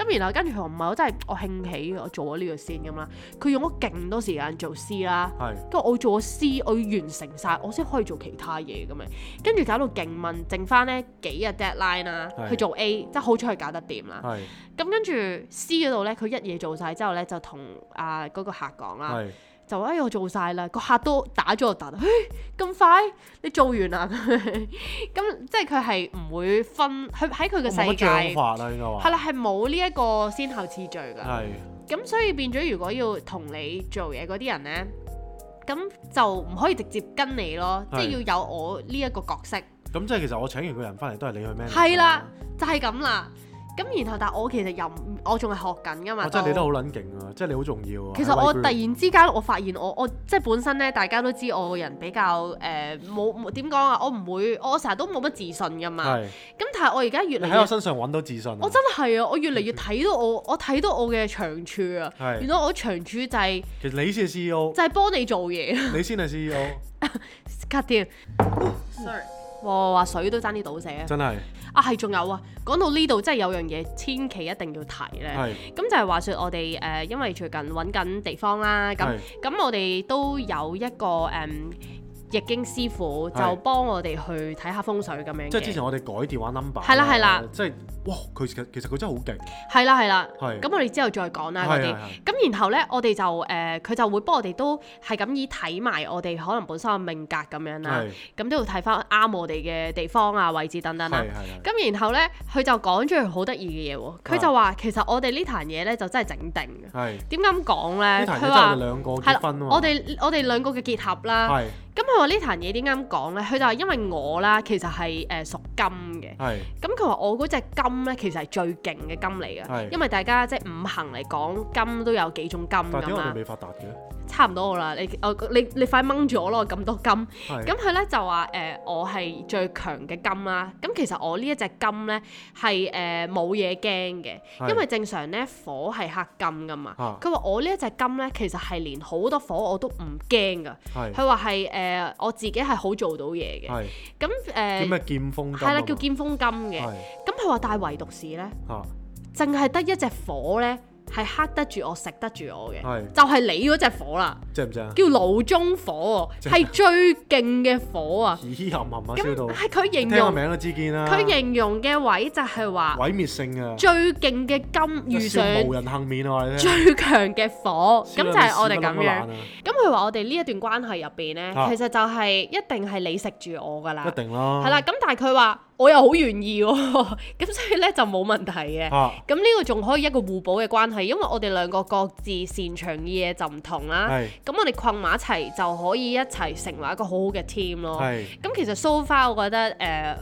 S3: 咁然後跟住佢話唔係，我真係我興起，我做咗呢個先咁啦，佢用咗勁多時間做 C 啦。
S1: 係
S3: 跟住我要做咗 C，我要完成晒，我先可以做其他嘢咁樣。跟住搞到勁問，剩翻呢幾日 deadline 啦、
S1: 係啊
S3: 去做 A，即係好彩佢搞得掂啦。
S1: 係
S3: 咁跟住 C 嗰度呢，佢一嘢做晒之後呢，就同啊嗰個客講啦，
S1: 係
S3: 就話哎我做晒啦，個客都打咗我突，嘿咁快你做完啦 咁樣咁即係佢係唔會分，佢喺佢嘅
S1: 我冇乜啊
S3: 世界
S1: 章法啦，應該
S3: 係
S1: 話
S3: 啦，係冇呢一個先後次序㗎。
S1: 係
S3: 咁所以變咗，如果要同你做嘢嗰啲人呢，咁就唔可以直接跟你咯，即
S1: 係
S3: 係要有我呢一個角色，
S1: 咁，即係其實我請完個人翻嚟都係你去 manage
S3: 係啦，就係咁啦。咁然後，但我其實又唔我仲係學緊噶嘛，
S1: 我哦真係你都好撚勁啊！即係你好重要啊！
S3: 其
S1: 喺
S3: 實我
S1: White
S3: 突
S1: Group
S3: 然之間，我發現我我即係本身咧，大家都知我個人比較誒冇冇點講啊，我唔會，我成日都冇乜自信噶嘛。
S1: 係
S3: 咁但係我而家越
S1: 你
S3: 嚟
S1: 喺我
S3: 越，
S1: 身上揾到自信啊，
S3: 我真係啊，我越嚟 越睇到我我睇到我嘅長處啊。
S1: 係
S3: 原來我長處就係
S1: 其實你先係 CEO，
S3: 就係幫你做嘢。
S1: 你先係 E CEO，
S3: cut 添。sorry。哇！話水都爭啲倒瀉啊！
S1: 真係
S3: 啊，係仲有啊！講到呢度真係有樣嘢，千祈一定要提咧。
S1: 係
S3: 咁就係話說我哋誒、呃因為最近揾緊地方啦，咁
S1: 係
S3: 咁我哋都有一個誒、嗯易經師傅就
S1: 係
S3: 幫我哋去睇下風水咁樣
S1: 即係之
S3: 嘅。
S1: 前我哋改電話 number，
S3: 係啦係啦，
S1: 即係哇佢其實其實佢真係好勁，
S3: 係啦係啦，
S1: 係
S3: 咁我哋之後再講啦嗰
S1: 係
S3: 啲
S1: 係。係
S3: 咁然後呢，我哋就呃誒佢、就會幫我哋都係咁以睇埋我哋可能本身嘅命格咁樣啦，
S1: 係
S3: 咁都要睇翻啱我哋嘅地方啊、位置等等啦
S1: 係。係
S3: 咁然後咧，佢就講咗樣好得意嘅嘢喎。
S1: 啊
S3: 佢就話其實我哋呢壇嘢咧就真係整定嘅。
S1: 係
S3: 點解咁講
S1: 呢
S3: 咧？
S1: 題
S3: 佢
S1: 真係我哋
S3: 話
S1: 兩個
S3: 係
S1: 結婚啊
S3: 啦，
S1: 嘛，
S3: 我哋我哋兩個嘅結合啦。
S1: 係
S3: 咁佢話呢壇嘢點解咁講咧？佢就話因為我啦，其實係誒屬金嘅。
S1: 係
S3: 咁佢話我嗰隻金咧，其實係最勁嘅金嚟
S1: 係
S3: 嘅，因為大家即係五行嚟講，金都有幾種金
S1: 但係點
S3: 咁
S1: 解我哋
S3: 啦，
S1: 未發達嘅？
S3: 差唔多啦。你我你你快掹住我咯，咁多金。
S1: 係
S3: 咁佢咧就話誒、呃我係最強嘅金啦。咁其實我呢一隻金咧係誒冇嘢驚
S1: 係
S3: 嘅，因為正常咧火係黑金噶嘛
S1: 啊。
S3: 佢話、我呢一隻金咧其實係連好多火我都唔驚噶。
S1: 係
S3: 佢話係誒我自己係好做到嘢嘅。
S1: 係
S3: 咁
S1: 叫
S3: 誒
S1: 咩劍鋒金
S3: 係
S1: 啊
S3: 啦，
S1: 嘛
S3: 叫劍鋒金嘅。
S1: 係
S3: 咁佢話但係唯獨是咧，
S1: 嚇
S3: 淨係得一隻火咧係黑得住我，食得住我嘅，
S1: 係
S3: 就係你嗰只火啦，
S1: 正唔正啊？
S3: 叫腦中火喎，
S1: 真係
S3: 係最勁嘅火啊！
S1: 咦冚冚啊，
S3: 咁
S1: 燒到，
S3: 係佢形
S1: 聽個
S3: 容
S1: 名都知見啦。
S3: 佢形容嘅位就係話
S1: 毀滅性啊，
S3: 最勁嘅金遇上
S1: 一燒無人幸免啊！我哋聽
S3: 最強嘅火，咁
S1: 燒
S3: 就
S1: 到
S3: 係我哋
S1: 你
S3: 咁
S1: 屎忽窿都
S3: 樣
S1: 爛。啊
S3: 咁佢話我哋呢一段關係入邊呢，
S1: 啊
S3: 其實就係一定係你食住我噶啦，
S1: 一定啊啦。
S3: 係啦。咁但係佢話我又好願意喎， 咁所以呢就冇問題嘅。
S1: 啊，
S3: 咁呢個仲可以一個互補嘅關係，因為我哋兩個各自擅長嘅嘢就唔同啦。
S1: 係
S3: 咁我哋困埋一齊就可以一齊成為一個好好嘅 team 咯。
S1: 係
S3: 咁其實 so far 我覺得誒、呃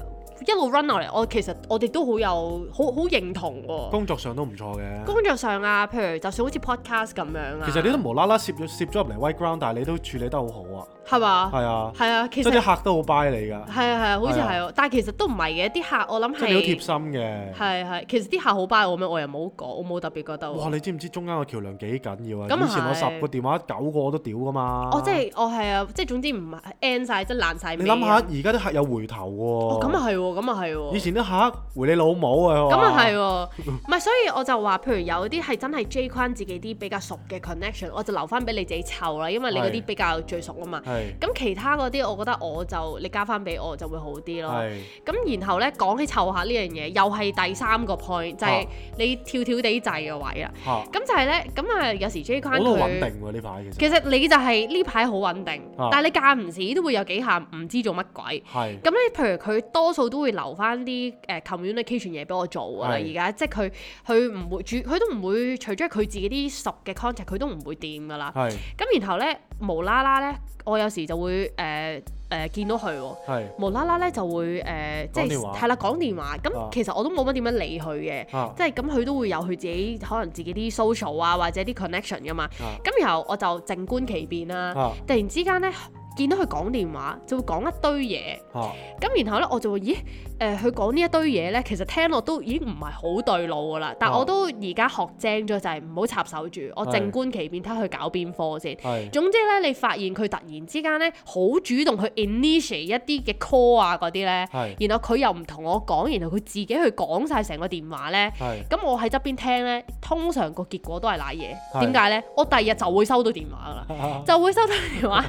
S3: 一路 run 落嚟，我其實我哋都好有好好認同喎。
S1: 工作上都唔錯嘅。
S3: 工作上啊，譬如就算好似 podcast 咁樣啊，
S1: 其實你都無啦啦攝咗攝咗入嚟 White Ground，但係你都處理得好好啊。
S3: 係嘛？
S1: 係啊，
S3: 係啊，
S1: 即
S3: 其實
S1: 係
S3: 係
S1: 啲客都好 buy 你㗎，
S3: 啊係啊，好似係
S1: 係
S3: 喎，但係其實都唔係嘅，啲客我諗
S1: 即係你好貼
S3: 係
S1: 心嘅。
S3: 係係，其實啲客好 buy 我咩，我又冇講，我冇特別覺得喎。
S1: 哇！你知唔知中間個橋梁幾緊要啊？
S3: 咁啊
S1: 以前我
S3: 係
S1: 十個電話九個我都屌㗎嘛。
S3: 哦，即係我係啊，即係總之唔係 end 晒，即係爛晒尾啊。
S1: 你諗下，而家啲客有回頭喎。
S3: 哦，咁啊係喎，咁啊係喎。
S1: 以前啲客回你老母啊！
S3: 咁啊
S1: 喎。
S3: 係喎，唔係所以我就話，譬如有啲係真係 J 框自己啲比較熟嘅 connection，我就留翻俾你自己湊啦，因為你嗰啲
S1: 係
S3: 比較最熟啊嘛。
S1: 係
S3: 咁其他嗰啲，我覺得我就你加翻俾我就會好啲咯。
S1: 係
S3: 咁然後呢，講起湊客呢樣嘢，又係第三個 point，就
S1: 啊
S3: 係你跳跳地掣嘅位啦。
S1: 嚇，
S3: 咁就係呢，咁啊有時 J 框
S1: 我都好穩
S3: 佢。
S1: 定喎呢排其實。
S3: 其實你就係呢排好穩定，
S1: 啊
S3: 但係你間唔時都會有幾下唔知做乜鬼。
S1: 係
S3: 咁咧，譬如佢多數都會留翻啲誒 communication 嘢俾我做㗎啦。
S1: 係
S3: 而家即係佢佢唔會主，佢都唔會除咗佢自己啲熟嘅 contact，佢都唔會掂㗎啦。
S1: 係
S3: 咁然後咧，無啦啦咧，我有時就會誒誒、呃呃見到佢喎。
S1: 係
S3: 無啦啦咧就會誒、呃即係
S1: 講電話
S3: 係啦講電話，咁、
S1: 啊
S3: 其實我都冇乜點樣理佢嘅，
S1: 啊
S3: 即係咁佢都會有佢自己可能自己啲 social 啊或者啲 connection 噶嘛，
S1: 啊
S3: 咁、然後我就靜觀其變啦，
S1: 啊
S3: 突然之間咧見到佢講電話就會講一堆嘢，
S1: 嚇。
S3: 咁然後咧我就會咦誒佢講呢一堆嘢咧，其實聽落都已經唔係好對路噶啦，但
S1: 啊
S3: 我都而家學精咗就係唔好插手住，我
S1: 係
S3: 靜觀其變睇下佢搞邊科先。
S1: 係
S3: 總之咧，你發現佢突然之間咧，好主動去 initiate 一啲嘅 call 啊嗰啲咧，
S1: 係
S3: 然後佢又唔同我講，然後佢自己去講晒成個電話咧。
S1: 係
S3: 咁我喺側邊聽咧，通常個結果都係賴嘢。
S1: 係
S3: 點解咧？我第二日就會收到電話噶啦，就會收到 電話，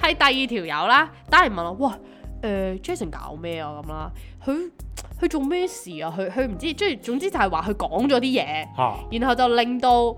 S3: 係第二條友啦，打嚟問我，哇，誒、Jason 搞咩啊咁啦？佢佢做咩事啊？佢佢唔知，即係總之就係話佢講咗啲嘢。
S1: 嚇
S3: 然後就令到誒、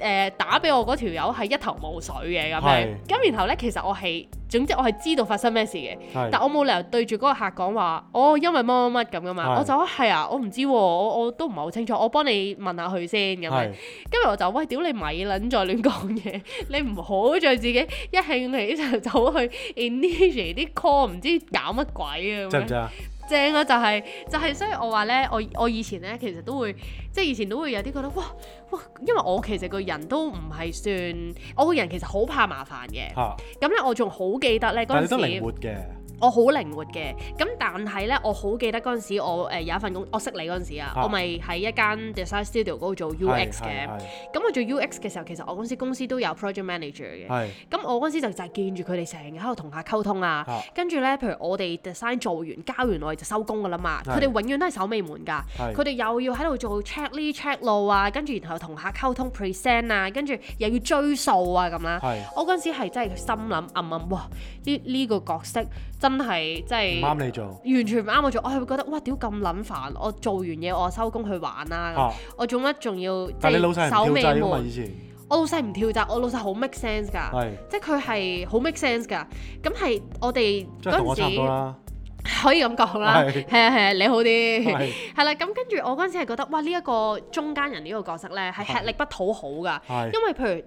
S3: 呃打俾我嗰條友係一頭霧水嘅咁樣
S1: 係。
S3: 咁然後咧，其實我係總之我係知道發生咩事嘅，但
S1: 係
S3: 我冇理由對住嗰個客講話，哦，因為乜乜乜咁噶嘛。
S1: 係
S3: 我就話係啊，我唔知喎，我我都唔係好清楚，我幫你問下佢先咁樣
S1: 係。
S3: 跟住我就喂，屌你咪撚再亂講嘢，你唔好再自己一興起就走去 initiate 啲 call，唔知搞乜鬼啊咁
S1: 正唔。
S3: 樣
S1: 正啊？
S3: 正啊！就係、就係、所以我話咧，我我以前咧其實都會，即係以前都會有啲覺得哇哇，因為我其實個人都唔係算，我個人其實好怕麻煩嘅。
S1: 嚇，
S3: 咁咧，我仲好記得咧
S1: 啊但係
S3: 嗰
S1: 你都
S3: 陣
S1: 靈
S3: 時，
S1: 活嘅，
S3: 我好靈活嘅。咁但係咧，我好記得嗰陣時，我誒、呃有一份工，我識你嗰陣時啊，
S1: 啊
S3: 我咪喺一間 design studio 嗰度做
S1: 係
S3: UX
S1: 係
S3: 嘅。
S1: 係
S3: 咁我做 UX 嘅時候，其實我公司公司都有 project manager 嘅。
S1: 係
S3: 咁我嗰陣時就就係見住佢哋成日喺度同下溝通啊
S1: 啊，
S3: 跟住咧，譬如我哋 design 做完交完我哋就收工噶啦嘛，
S1: 係
S3: 佢哋永遠都係守尾門㗎，
S1: 係
S3: 佢哋又要喺度做 check 呢 check 路啊，跟住然後同下溝通 present 啊，跟住又要追數啊咁啦。
S1: 係
S3: 我嗰陣時係真係心諗暗暗，哇！呢呢、個角色真係真
S1: 唔
S3: 係
S1: 啱你做
S3: 完全唔啱我做，我係會覺得哇屌咁撚煩，我做完嘢我收工去玩啊啦、
S1: 嚇。
S3: 我做乜仲要即
S1: 但係你老
S3: 係
S1: 細
S3: 守
S1: 唔
S3: 尾
S1: 跳掣㗎啊嘛？
S3: 門啊
S1: 以？前
S3: 我老細唔跳掣，我老細好 make sense 㗎。
S1: 係
S3: 即係佢係好 make sense 㗎，咁係我哋
S1: 即係同
S3: 嗰
S1: 我差唔多
S3: 陣
S1: 啦。
S3: 時可以咁講啦，
S1: 係
S3: 係啊係啊，你好啲，
S1: 係
S3: 係啦，咁跟住我嗰陣時係覺得，哇呢一個中間人呢個角色咧係
S1: 係
S3: 吃力不討好㗎，
S1: 係
S3: 因為譬如。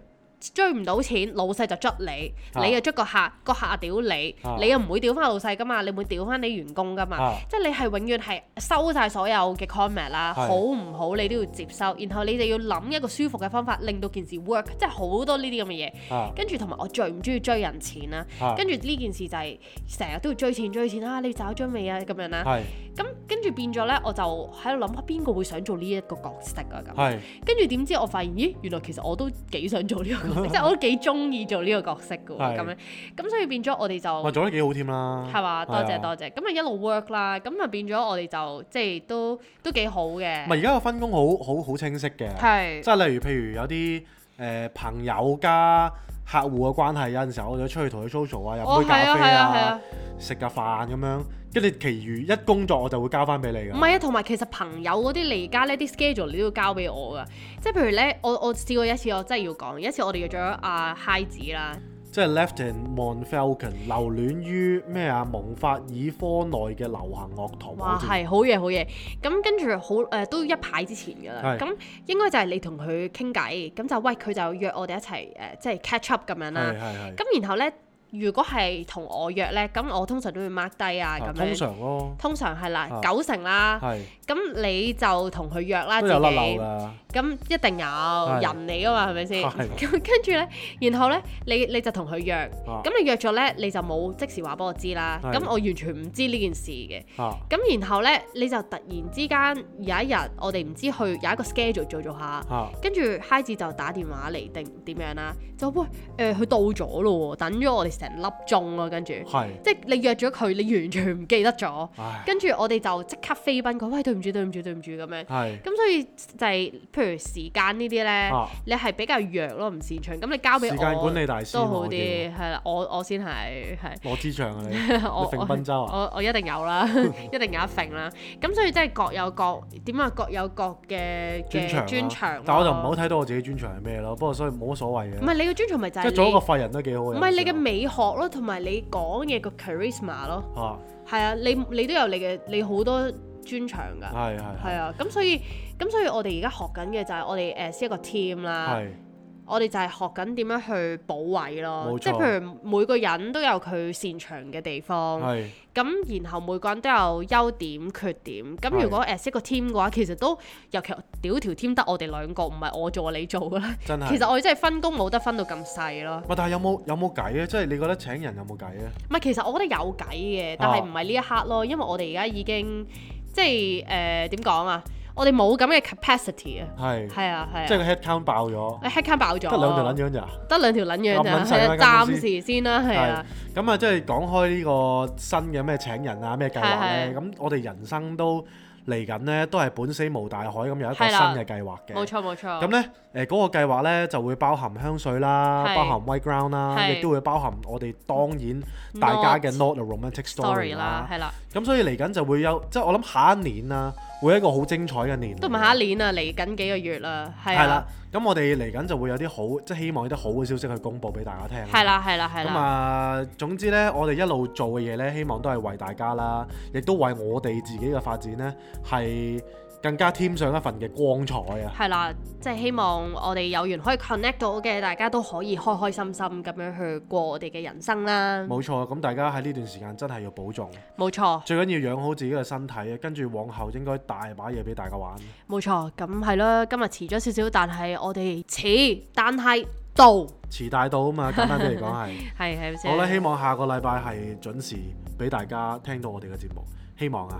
S3: 追唔到錢，老細就捽你，
S1: 啊
S3: 你又捽個客，個客啊屌你
S1: 啊，
S3: 你又唔會屌翻老細噶嘛，你會屌翻你員工噶嘛，
S1: 啊
S3: 即係你係永遠係收晒所有嘅 comment 啦，
S1: 係
S3: 好唔好你都要接收，然後你就要諗一個舒服嘅方法，令到件事 work，即係好多呢啲咁嘅嘢。
S1: 啊
S3: 跟住同埋我最唔中意追人錢啦，
S1: 啊
S3: 跟住呢件事就係成日都要追錢追錢啊，你找咗未啊咁樣啦，
S1: 係
S3: 咁跟住變咗呢，我就喺度諗下邊個會想做呢一個角色啊咁，
S1: 係
S3: 跟住點知我發現咦原來其實我都幾想做呢 個即係我都幾中意做呢個角色嘅喎，
S1: 係
S3: 咁樣咁所以變咗我哋就
S1: 哇，做得幾好添啦，
S3: 係嘛，多謝
S1: 係啊
S3: 多謝，咁啊一路 work 啦，咁啊變咗我哋就即係都都幾好
S1: 唔係而
S3: 嘅，
S1: 家個分工好好好清晰嘅，
S3: 係
S1: 即係例如譬如有啲誒、呃朋友加客戶嘅關係，有陣時候我哋出去同佢 social 啊，飲
S3: 哦
S1: 杯咖啡
S3: 係啊係啊
S1: 啊，食下飯咁樣，跟住其餘一工作我就會交翻俾你
S3: 唔
S1: 㗎。
S3: 係啊，同埋其實朋友嗰啲嚟而家呢啲 schedule 你都要交俾我噶，即係譬如咧，我我試過一次，我真係要講，有一次我哋約咗阿 Hi 子啦，
S1: 即係 Left and Monfalcon 留戀於咩啊蒙法爾科內嘅流行樂壇。
S3: 哇
S1: 好似
S3: 係好嘢好嘢，咁跟住好誒、呃都一排之前㗎啦
S1: 係，
S3: 咁應該就係你同佢傾偈，咁就喂佢就約我哋一齊誒、呃即係 catch up 咁樣啦
S1: 係，係係。
S3: 啊咁然後咧如果係同我約咧，咁我通常都會 mark 低啊
S1: 啊
S3: 咁
S1: 通
S3: 樣。
S1: 常咯，
S3: 通常係啦
S1: 啊，
S3: 九成啦，
S1: 係
S3: 咁你就同佢約啦
S1: 都
S3: 自
S1: 有甩漏
S3: 己，
S1: 㗎。
S3: 咁一定有人嚟噶嘛，係咪先？
S1: 係
S3: 咁跟住呢，然後呢，你你就同佢約，
S1: 啊
S3: 咁你約咗呢，你就冇即時話俾我知啦，
S1: 係
S3: 咁我完全唔知呢件事嘅。
S1: 啊
S3: 咁然後呢，你就突然之間有一日，我哋唔知去有一個 schedule 做做下，
S1: 啊
S3: 跟住 Hi 字就打電話嚟定點樣啦，就喂誒佢到咗咯喎，等咗我哋成粒鐘咯，跟住
S1: 係，
S3: 即係你約咗佢，你完全唔記得咗。
S1: 唉
S3: 跟住我哋就即刻飛奔佢，喂，對唔住，對唔住，對唔住咁樣。
S1: 係
S3: 咁所以就係、譬如時間呢啲咧，
S1: 啊
S3: 你係比較弱咯，唔擅長。咁你交俾我
S1: 時間管理大師
S3: 都好
S1: 我見
S3: 啲，係啦，我我先係係。
S1: 羅志祥啊你，你
S3: 我
S1: 揈賓州啊，
S3: 我我一定 有啦，一定有一揈啦。咁所以即係各有各點啊，各有各嘅
S1: 專長
S3: 嘅
S1: 啊
S3: 專長。
S1: 但我就唔好。睇到我自己專長係咩咯，不過所以冇乜所謂
S3: 唔
S1: 嘅，
S3: 係你嘅專長咪就
S1: 即
S3: 係
S1: 係做一個
S3: 你
S1: 廢人都幾好嘅。
S3: 唔係你嘅
S1: 有時
S3: 美學咯，同埋你講嘢個 charisma 咯。
S1: 候啊，
S3: 係啊，你你都有你嘅你好多專長㗎。
S1: 係係
S3: 係啊，咁所以咁所以我哋而家學緊嘅就係我哋誒先一個 team 啦，
S1: 係
S3: 我哋就係學緊點樣去補位咯
S1: 冇，錯
S3: 即係譬如每個人都有佢擅長嘅地方，
S1: 係
S3: 咁然後每個人都有優點缺點，咁
S1: 係
S3: 如果誒一個 team 嘅話，其實都尤其屌條 team 得我哋兩個，唔係我做你做噶啦，
S1: 真 係。
S3: 其實我哋真係分工冇得分到咁細咯，
S1: 喂，但係有冇有冇計啊咧？即係你覺得請人有冇計啊咧？
S3: 唔係其實我覺得有計嘅，但
S1: 哦
S3: 係唔係呢一刻咯，因為我哋而家已經即係誒點講啊，我哋冇咁嘅 capacity 啊。
S1: 係，
S3: 係啊係啊，
S1: 即係個 head count 爆咗，
S3: 誒 headcount 爆咗，
S1: 得兩條撚哦樣咋？
S3: 得兩條撚樣咋，
S1: 咁撚細啦
S3: 係
S1: 間
S3: 啊，
S1: 公
S3: 暫
S1: 司
S3: 時先啦，係啊，
S1: 咁啊，即係講開呢個新嘅咩請人啊，咩計劃
S3: 係
S1: 咧？
S3: 係
S1: 咁我哋人生都嚟緊咧，都係本死無大海咁有一個新
S3: 係啦
S1: 嘅計劃嘅。
S3: 冇錯冇錯，
S1: 咁咧，誒嗰個計劃咧就會包含香水啦，
S3: 係
S1: 包含 white ground 啦，
S3: 係
S1: 亦都會包含我哋當然大家嘅 not a romantic story
S3: story 啦，
S1: 啦。
S3: 係啦，
S1: 咁所以嚟緊就會有，即係我諗下一年啦，會係一個好精彩嘅年嚟嘅。
S3: 都唔係下一年啊，嚟緊幾個月啦，係
S1: 係
S3: 啊
S1: 啦，，咁我哋嚟緊就會有啲好，即係希望有啲好嘅消息去公佈俾大家聽。
S3: 係。啦係啦係
S1: 咁
S3: 啦，
S1: 啊，總之呢，我哋一路做嘅嘢呢，希望都係為大家啦，亦都為我哋自己嘅發展呢，係更加添上一份嘅光彩啊！
S3: 係啦，即係希望我哋有緣可以 connect 到嘅，大家都可以開開心心咁樣去過我哋嘅人生啦，
S1: 冇錯，咁大家喺呢段時間真係要保重，
S3: 冇錯
S1: 最緊要養好自己嘅身體啊！跟住往後應該大把嘢俾大家玩。
S3: 冇錯，咁係啦，今日遲咗少少，但係我哋遲，但係到，
S1: 遲大到啊 嘛，簡單啲嚟講係。
S3: 係係咪先？
S1: 好啦，希望下個禮拜係準時俾大家聽到我哋嘅節目，希望啊，